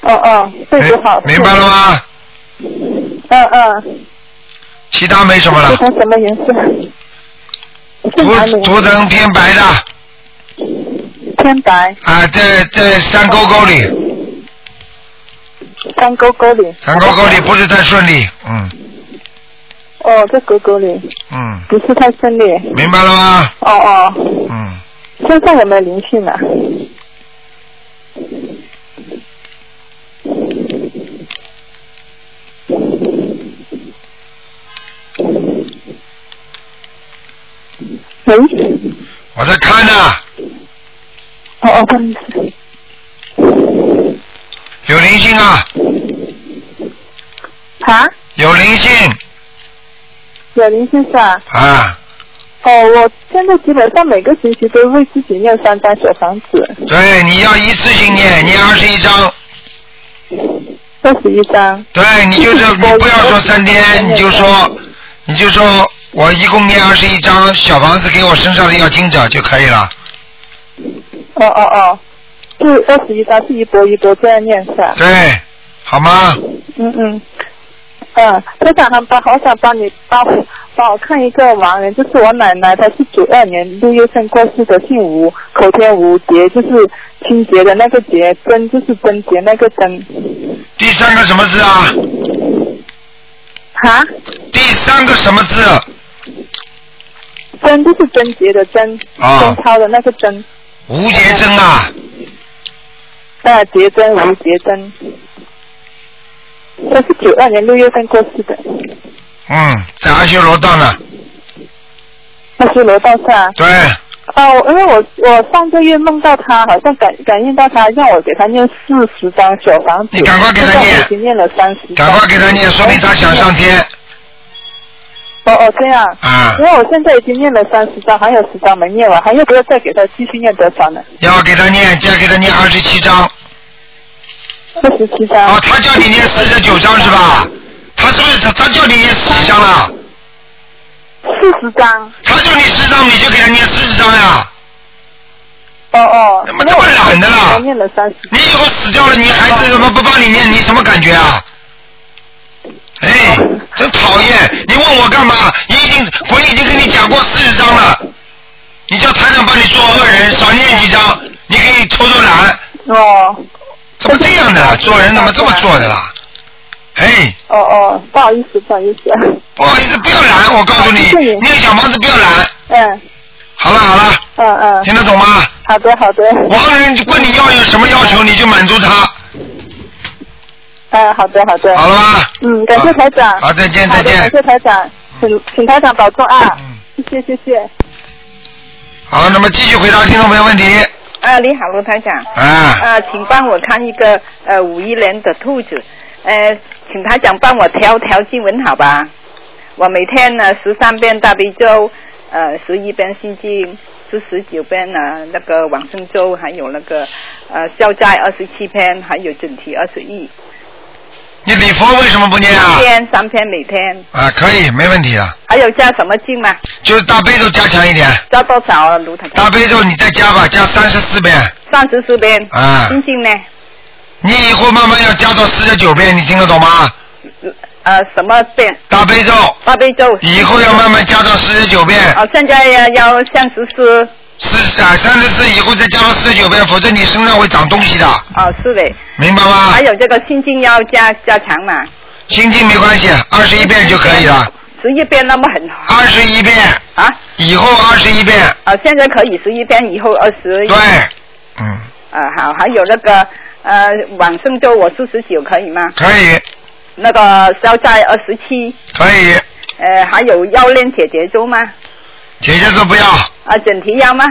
哦哦，肺不好，明明白了吗？嗯嗯，其他没什么涂了，成什么颜色？是哪图里？图腾偏白的偏白，啊，在在山沟沟里，山沟沟里。山沟沟里不是太顺利，嗯哦，在沟沟里，嗯，不是太顺利。明白了吗？哦哦，嗯，身上有没有灵性啊？喂，我在看呢、哦哦，不好意思，有灵性啊，啊，有灵性有灵性是吧？啊，哦，我现在基本上每个星期都为自己念三张小房子，对，你要一次性念，念二十一章。二十一张。对你就是你不要说三天，你就说你就说我一共念二十一张小房子给我身上的要经者就可以了。哦哦哦，是二十一张，是一波一波这样念是吧？对，好吗？嗯嗯，嗯，我想还帮，好想帮你帮我帮我看一个亡人，就是我奶奶，她是九二年六月份过世的，姓吴，口天吴，杰就是清洁的那个洁，贞就是贞洁那个贞。第三个什么字啊？哈，第三个什么字？贞就是贞洁的贞，啊贞操的那个贞，吴杰珍啊，那洁贞吴洁贞。她是九二年六月份过世的，嗯，在阿修罗道呢。她是罗道上。对，哦，因为我我上个月梦到他，好像感感应到他让我给他念四十张小房子，你赶快给他念现在我已经念了三十，赶快给他念，说明他想上。天哦哦，这样，啊因！为我现在已经念了三十张，还有十张没念完，还要不要再给他继续念多少呢？要给他念，再给他念二十七章。二十七张。哦，他叫你念四十九章是吧？他是不是他他叫你念四十章了？四十张。他叫你十章，你就给他念四十章呀、哦哦。怎么这么懒的啦我念了三十。你以后死掉了，你孩子怎么不帮你念？你什么感觉啊？哎，真讨厌！你问我干嘛？你已经我已经跟你讲过四十章了，你叫台长帮你做恶人，少念几章，你可以偷偷懒，哦。怎么这样的啦？做人怎么这么做的啦？哎，哦哦，不好意思，不好意思。 不好意思，不要拦，我告诉你，谢谢你那个小房子不要拦。嗯好了好了，嗯嗯。听得懂吗？好的好的，王人问你要有什么要求，你就满足他，嗯好的好的。好了吧？嗯，感谢台长。好再见好的再见感谢台长，请请台长保重啊。谢谢谢谢。好，那么继续回答听众朋友问题。啊，你好，卢台长。啊，啊，请帮我看一个呃五一年的兔子，呃，请台长帮我调调经文好吧？我每天呢十三遍大悲咒，呃十一遍心经，是十九遍呢那个往生咒，还有那个呃消灾二十七篇，还有准提二十一，你礼佛为什么不念啊三？篇三篇每天，啊，可以，没问题了，还有加什么经吗？就是大悲咒加强一点，加多少啊，卢台长？大悲咒你再加吧，加三十四遍三十四遍。啊。心经呢？你以后慢慢要加到四十九遍，你听得懂吗？呃，什么遍？大悲咒大悲咒。以后要慢慢加到四十九遍，哦，现在要要三十四，四啊三十四以后再加到四十九遍，否则你身上会长东西的，哦，是的。明白吗还？有这个心经要加加强嘛，心经没关系，二十一遍就可以了，十一遍那么很好二十一遍啊，以后二十一遍，啊，现在可以十一遍，以后二十一。对，嗯，啊，好，还有那个呃，往生咒我四十九可以吗？可以，那个消灾二十七，可以，呃，还有要练解结咒吗？姐姐说不要，啊，整体要吗？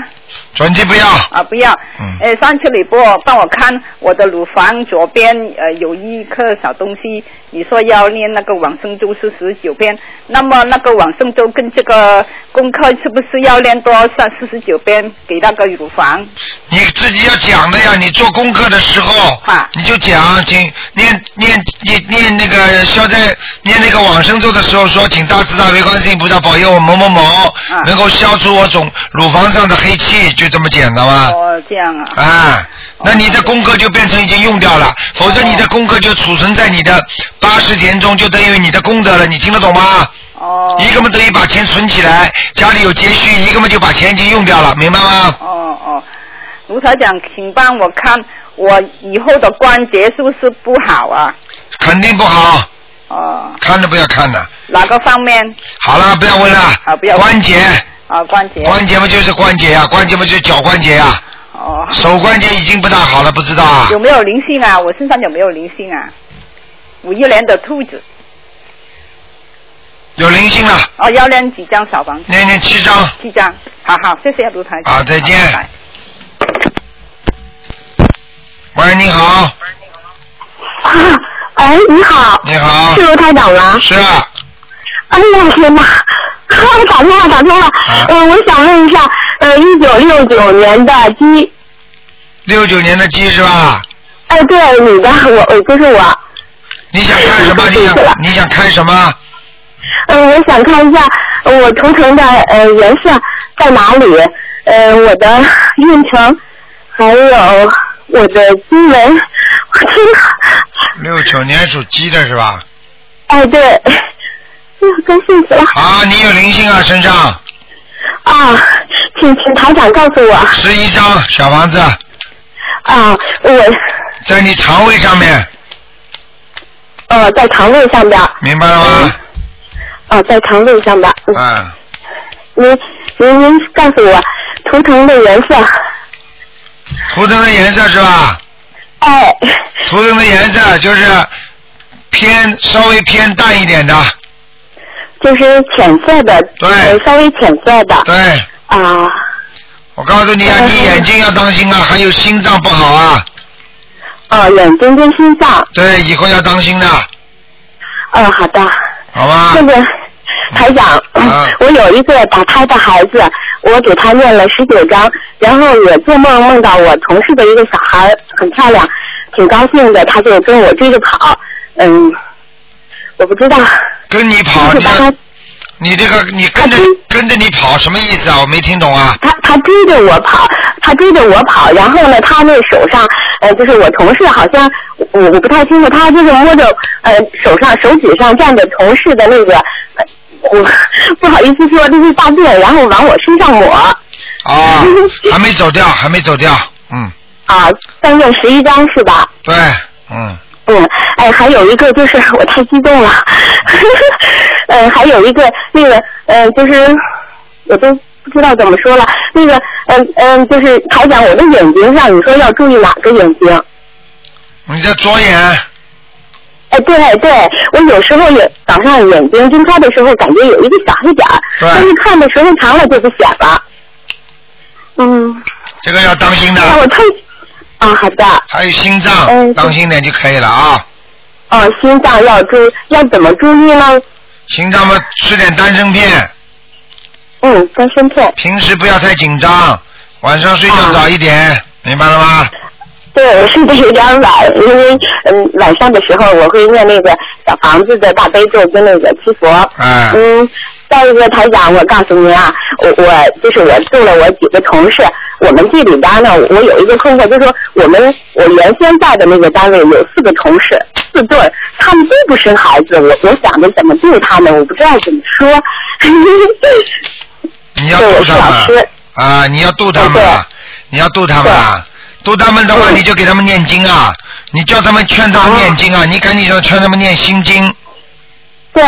转机不要，啊，不要。嗯呃，上次你帮我帮我看我的乳房左边呃有一颗小东西，你说要念那个往生咒是十九遍，那么那个往生咒跟这个功课是不是要念多三四十九遍给那个乳房？你自己要讲的呀，你做功课的时候啊，你就讲，请念念念念那个消灾，念那个往生咒的时候说，请大慈大悲观世音菩萨保佑我某某某啊能够消除我总乳房上的黑气，就这么简单吗？哦，这样啊。啊，那你的功课就变成已经用掉了，否则你的功课就储存在你的八十田中，就等于你的功德了，你听得懂吗？哦。一个嘛等于把钱存起来，家里有拮据，一个嘛就把钱已经用掉了，明白吗？哦哦，卢台长，请帮我看我以后的关节是不是不好啊？肯定不好，哦，看都不要看的。哪个方面？好了，不要问了。啊不要问关节，啊，关节。关节嘛就是关节呀、关节嘛就是脚关节呀、哦。手关节已经不大好了，不知道啊有？没有灵性啊？我身上有没有灵性啊？五一年的兔子，有灵性了，哦，要练几张小房子？念念七章。七张，好好，谢谢卢台长。啊好再见拜拜喂，你好，啊，哎，你好，你好是，卢台长吗？啊是啊，哎呀，天哪！ 我打通了，打啊通了。呃，我想问一下，呃，一九六九年的鸡，六九年的鸡是吧？哎，对，你的，我，我就是我。你想看 什么？你想你想看什么？嗯，我想看一下呃我图腾的呃颜色在哪里，呃，我的运程，还有我的经文。我天哪！六九年属鸡的是吧？哎，对，哎呀，高兴死 了啊，你有灵性啊，身上啊！请请台长告诉我十一张小房子啊，我在你肠胃上面，呃在肠胃上边儿，明白了吗？哦、在肠胃上边儿。嗯嗯，您您您告诉我图腾的颜色。图腾的颜色是吧？哎，图腾的颜色就是偏稍微偏淡一点的，就是浅色的，对呃稍微浅色的对。啊。我告诉你啊，嗯你眼睛要当心啊，还有心脏不好啊，哦，眼睛跟心脏。对，以后要当心的，哦，好的。好吧嗯那？个台长，啊 我有一个打胎的孩子，我给他念了十九章，然后我做梦梦到我同事的一个小孩儿很漂亮，挺高兴的，他就跟我追着跑，嗯，我不知道，跟你就跑，是你啊把他你这个你跟着跟着你跑什么意思啊？我没听懂啊。他他追着我跑，他追着我跑，然后呢，他那手上，呃，就是我同事好像我我不太清楚，他就是摸着呃手上手指上蘸着同事的那个，呃 我不好意思说这是大便，然后往我身上抹 啊，还没走掉，还没走掉，嗯，啊，三月十一张是吧？对，嗯，嗯，哎、哎，还有一个就是 我太激动了，呃，还有一个那个，呃，就是我都不知道怎么说了，那个，嗯、嗯、就是台长，我的眼睛上，你说要注意哪个眼睛？你的左眼，哎，对对，我有时候也早上眼睛睁开的时候，感觉有一个小黑点儿，但是看的时候长了就不显了。嗯，这个要当心的。哎我太啊，好的。嗯还有心脏，当心点就可以了啊。哦，心脏要注要怎么注意呢？心脏嘛，吃点丹参片。嗯，丹参片。啊平时不要太紧张，晚上睡觉早一点，明白了吗？对，我睡得有点晚，因为嗯晚上的时候我会念那个小房子的大悲咒跟那个七佛。哎嗯，再一个台长，我告诉您啊，我我就是我住了我几个同事，我们这里边呢，我有一个困惑，就是说我们我原先在的那个单位有四个同事，四对儿，他们都不生孩子，我我想着怎么对他们，我不知道怎么说。你要渡他们啊，你要渡他们啊，你要渡他们啊，渡他们的嗯话，你就给他们念经啊，你叫他们劝他哦们念经啊，你赶紧让劝他们念心经。对，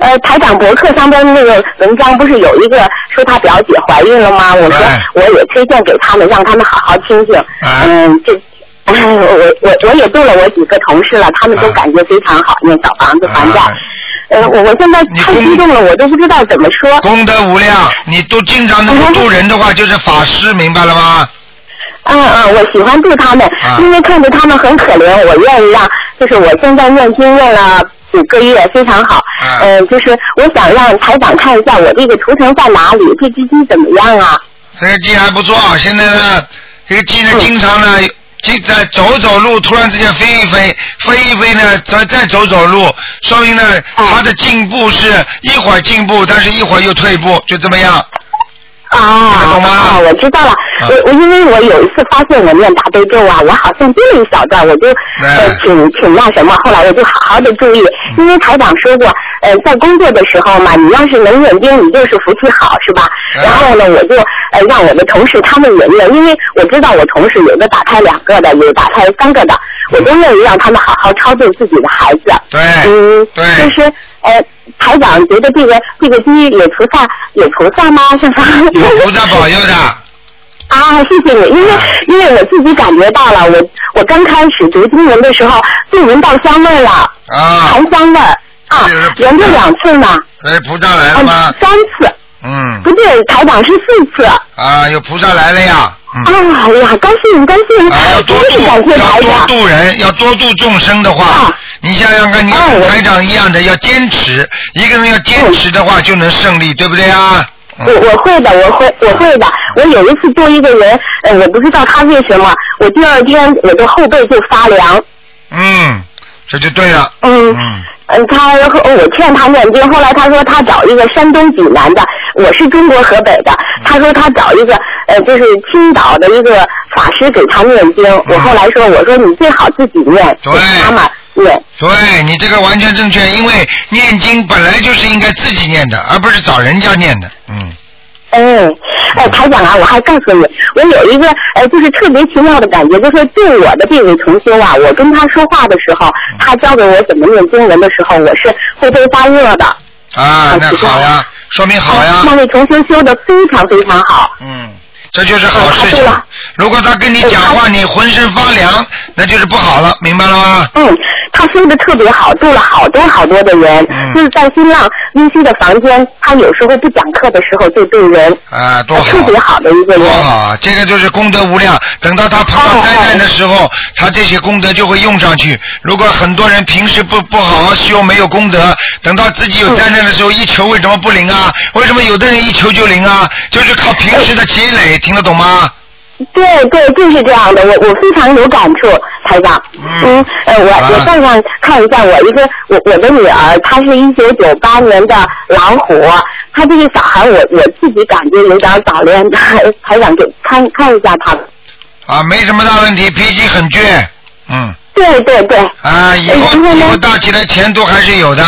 呃，台长博客上边那个文章不是有一个说她表姐怀孕了吗？我说哎我也推荐给他们，让他们好好听听。嗯，这。哎，我我我也做了我几个同事了，他哎们都感觉非常好，那小房子还债。呃，我我现在太激动了，我都不知道怎么说。功德无量，你都经常能够渡人的话，就是法师，明白了吗？嗯嗯，我喜欢住他们，因为看着他们很可怜，我愿意让，就是我现在念经念了五个月，非常好。嗯、就是我想让台长看一下我这个图腾在哪里，这只鸡怎么样啊？这个鸡还不错，现在呢，这个鸡呢，经常呢，经在走走路，突然之间飞一飞，飞一飞呢，再再走走路，说明呢，它的进步是一会儿进步，但是一会儿又退步，就这么样。啊，懂吗？我知道了，我我因为我有一次发现我念大悲咒啊，我好像念了一小段，我就呃挺挺那什么，后来我就好好的注意，因为台长说过，呃，在工作的时候嘛，你要是能念经，你就是福气好，是吧？然后呢，我就呃让我的同事他们也念，因为我知道我同事有的打胎两个的，有打胎三个的，我都愿意让他们好好操作自己的孩子。对，嗯，对，就是呃，台长觉得这个这个鸡有菩萨有菩萨吗？是吧？有菩萨保佑的。 啊，谢谢你，因为因为我自己感觉到了，我我刚开始读经文的时候就闻到香味了，啊，檀香味儿啊，连着两次呢，哎，菩萨来了吗？三次，嗯，不对，台长是四次。啊，有菩萨来了呀。嗯哎呀，高兴高兴，真是感谢啊要台多长。度人，要多度众生的话，啊你想想看，你要跟台长一样的，要坚持。一个人要嗯坚持的话，就能胜利，对不对啊？我我会的，我会我会的。我有一次做一个人，呃，我不知道他为什么，我第二天我的后背就发凉，嗯，这就对了。嗯，嗯，他然后我劝他念经，后来他说他找一个山东济南的，我是中国河北的，他说他找一个呃就是青岛的一个法师给他念经，我后来说我说你最好自己念，给妈妈念，对你这个完全正确，因为念经本来就是应该自己念的，而不是找人家念的。嗯，嗯，哎，台长啊，我还告诉你，我有一个呃，就是特别奇妙的感觉，就是对我的这位同修啊，我跟他说话的时候，嗯他教给我怎么念经文的时候，我是会被发热的。哎啊，那好呀，说明好呀。那位同修修的非常啊非常好。嗯，这就是好事情。如果他跟嗯你讲话，你浑身发凉，那就是不好了，明白了吗？嗯，他修的特别好，度了好多好多的人，嗯就是在新浪温馨的房间，他有时候不讲课的时候就对人，啊，多好，哦特别好的一个人哦多好啊！这个就是功德无量。等到他碰到灾难的时候，他这些功德就会用上去。如果很多人平时不不好好修，没有功德，等到自己有灾难的嗯时候，一求为什么不灵啊？为什么有的人一求就灵啊？就是靠平时的积累，听得懂吗？对对，就是这样的，我我非常有感触，台长。嗯，呃，我我再让看一下我一个我我的女儿，她是一九九八年的老虎，她这个小孩我我自己感觉有点早恋， 台长给看看一下她。啊，没什么大问题，脾气很倔。嗯。对对对。哎啊，以后以后大起来前途还是有的。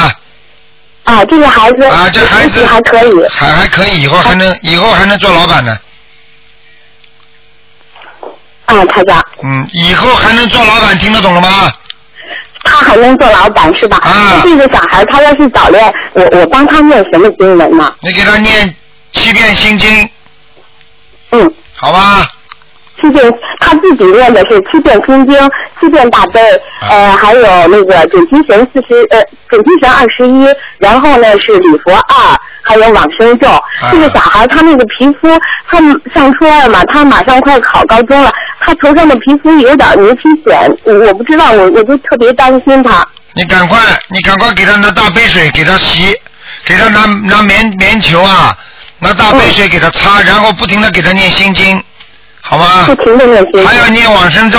啊，这个孩子啊，这孩子还可以，还还可以，以后还能以后还能做老板呢。啊，台长。啊嗯，以后还能做老板，听得懂了吗？他还能做老板是吧？啊。这个小孩他要是早恋，我我帮他念什么经文呢？你给他念七遍心经。嗯。好吧。七遍，他自己念的是七遍心经，七遍大悲，啊呃，还有那个准提神四十，呃，准提神二十一，然后呢是礼佛二，还有往生咒。啊这个小孩他那个皮肤，他上初二嘛，他马上快考高中了，他头上的皮肤有点牛皮癣，我我不知道，我我就特别担心他。你赶快，你赶快给他拿大杯水给他洗，给他拿拿棉棉球啊，拿大杯水给他擦，然后不停的给他念心经，好吗？不停的念心经还要念往生咒。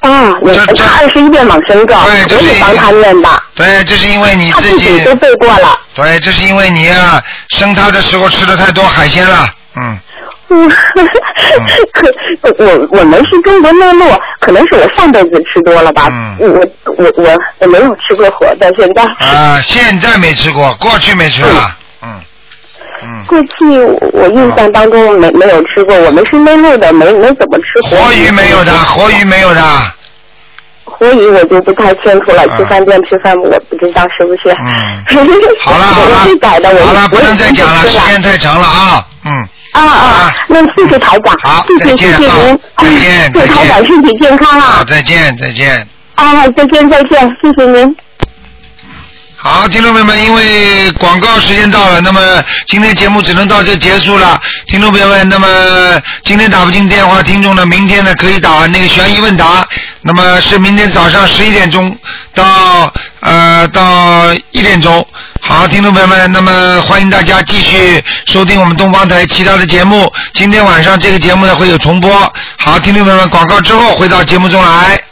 啊，我他二十一遍往生咒，对这我是也帮他念吧。对，这是因为你他自己己都背过了。对，这是因为你啊，生他的时候吃的太多海鲜了，嗯，嗯， 可我我们是中国内陆，可能是我上辈子吃多了吧。嗯、我我我我没有吃过活的，现在啊，现在没吃过，过去没吃了，嗯过去我我印象当中没没有吃过，我们是内陆的，没没怎么吃活活鱼没有的，活鱼没有的，嗯活鱼我就不太清楚了，去饭店吃饭我不知道是不是。 嗯，好了嗯好了，我会改的，我好了，我不能再讲了，我时间太长了啊，嗯，啊啊，那谢谢台长，好谢谢再谢见谢您啊，，再见 祝再台长见，身体健康好，啊！再见再见。啊，哦再见再见，谢谢您。好，听众朋友们，因为广告时间到了，那么今天节目只能到这结束了。听众朋友们，那么今天打不进电话，听众呢，明天呢可以打那个悬疑问答，那么是明天早上十一点钟到呃到一点钟。好，听众朋友们，那么欢迎大家继续收听我们东方台其他的节目。今天晚上这个节目呢会有重播。好，听众朋友们，广告之后回到节目中来。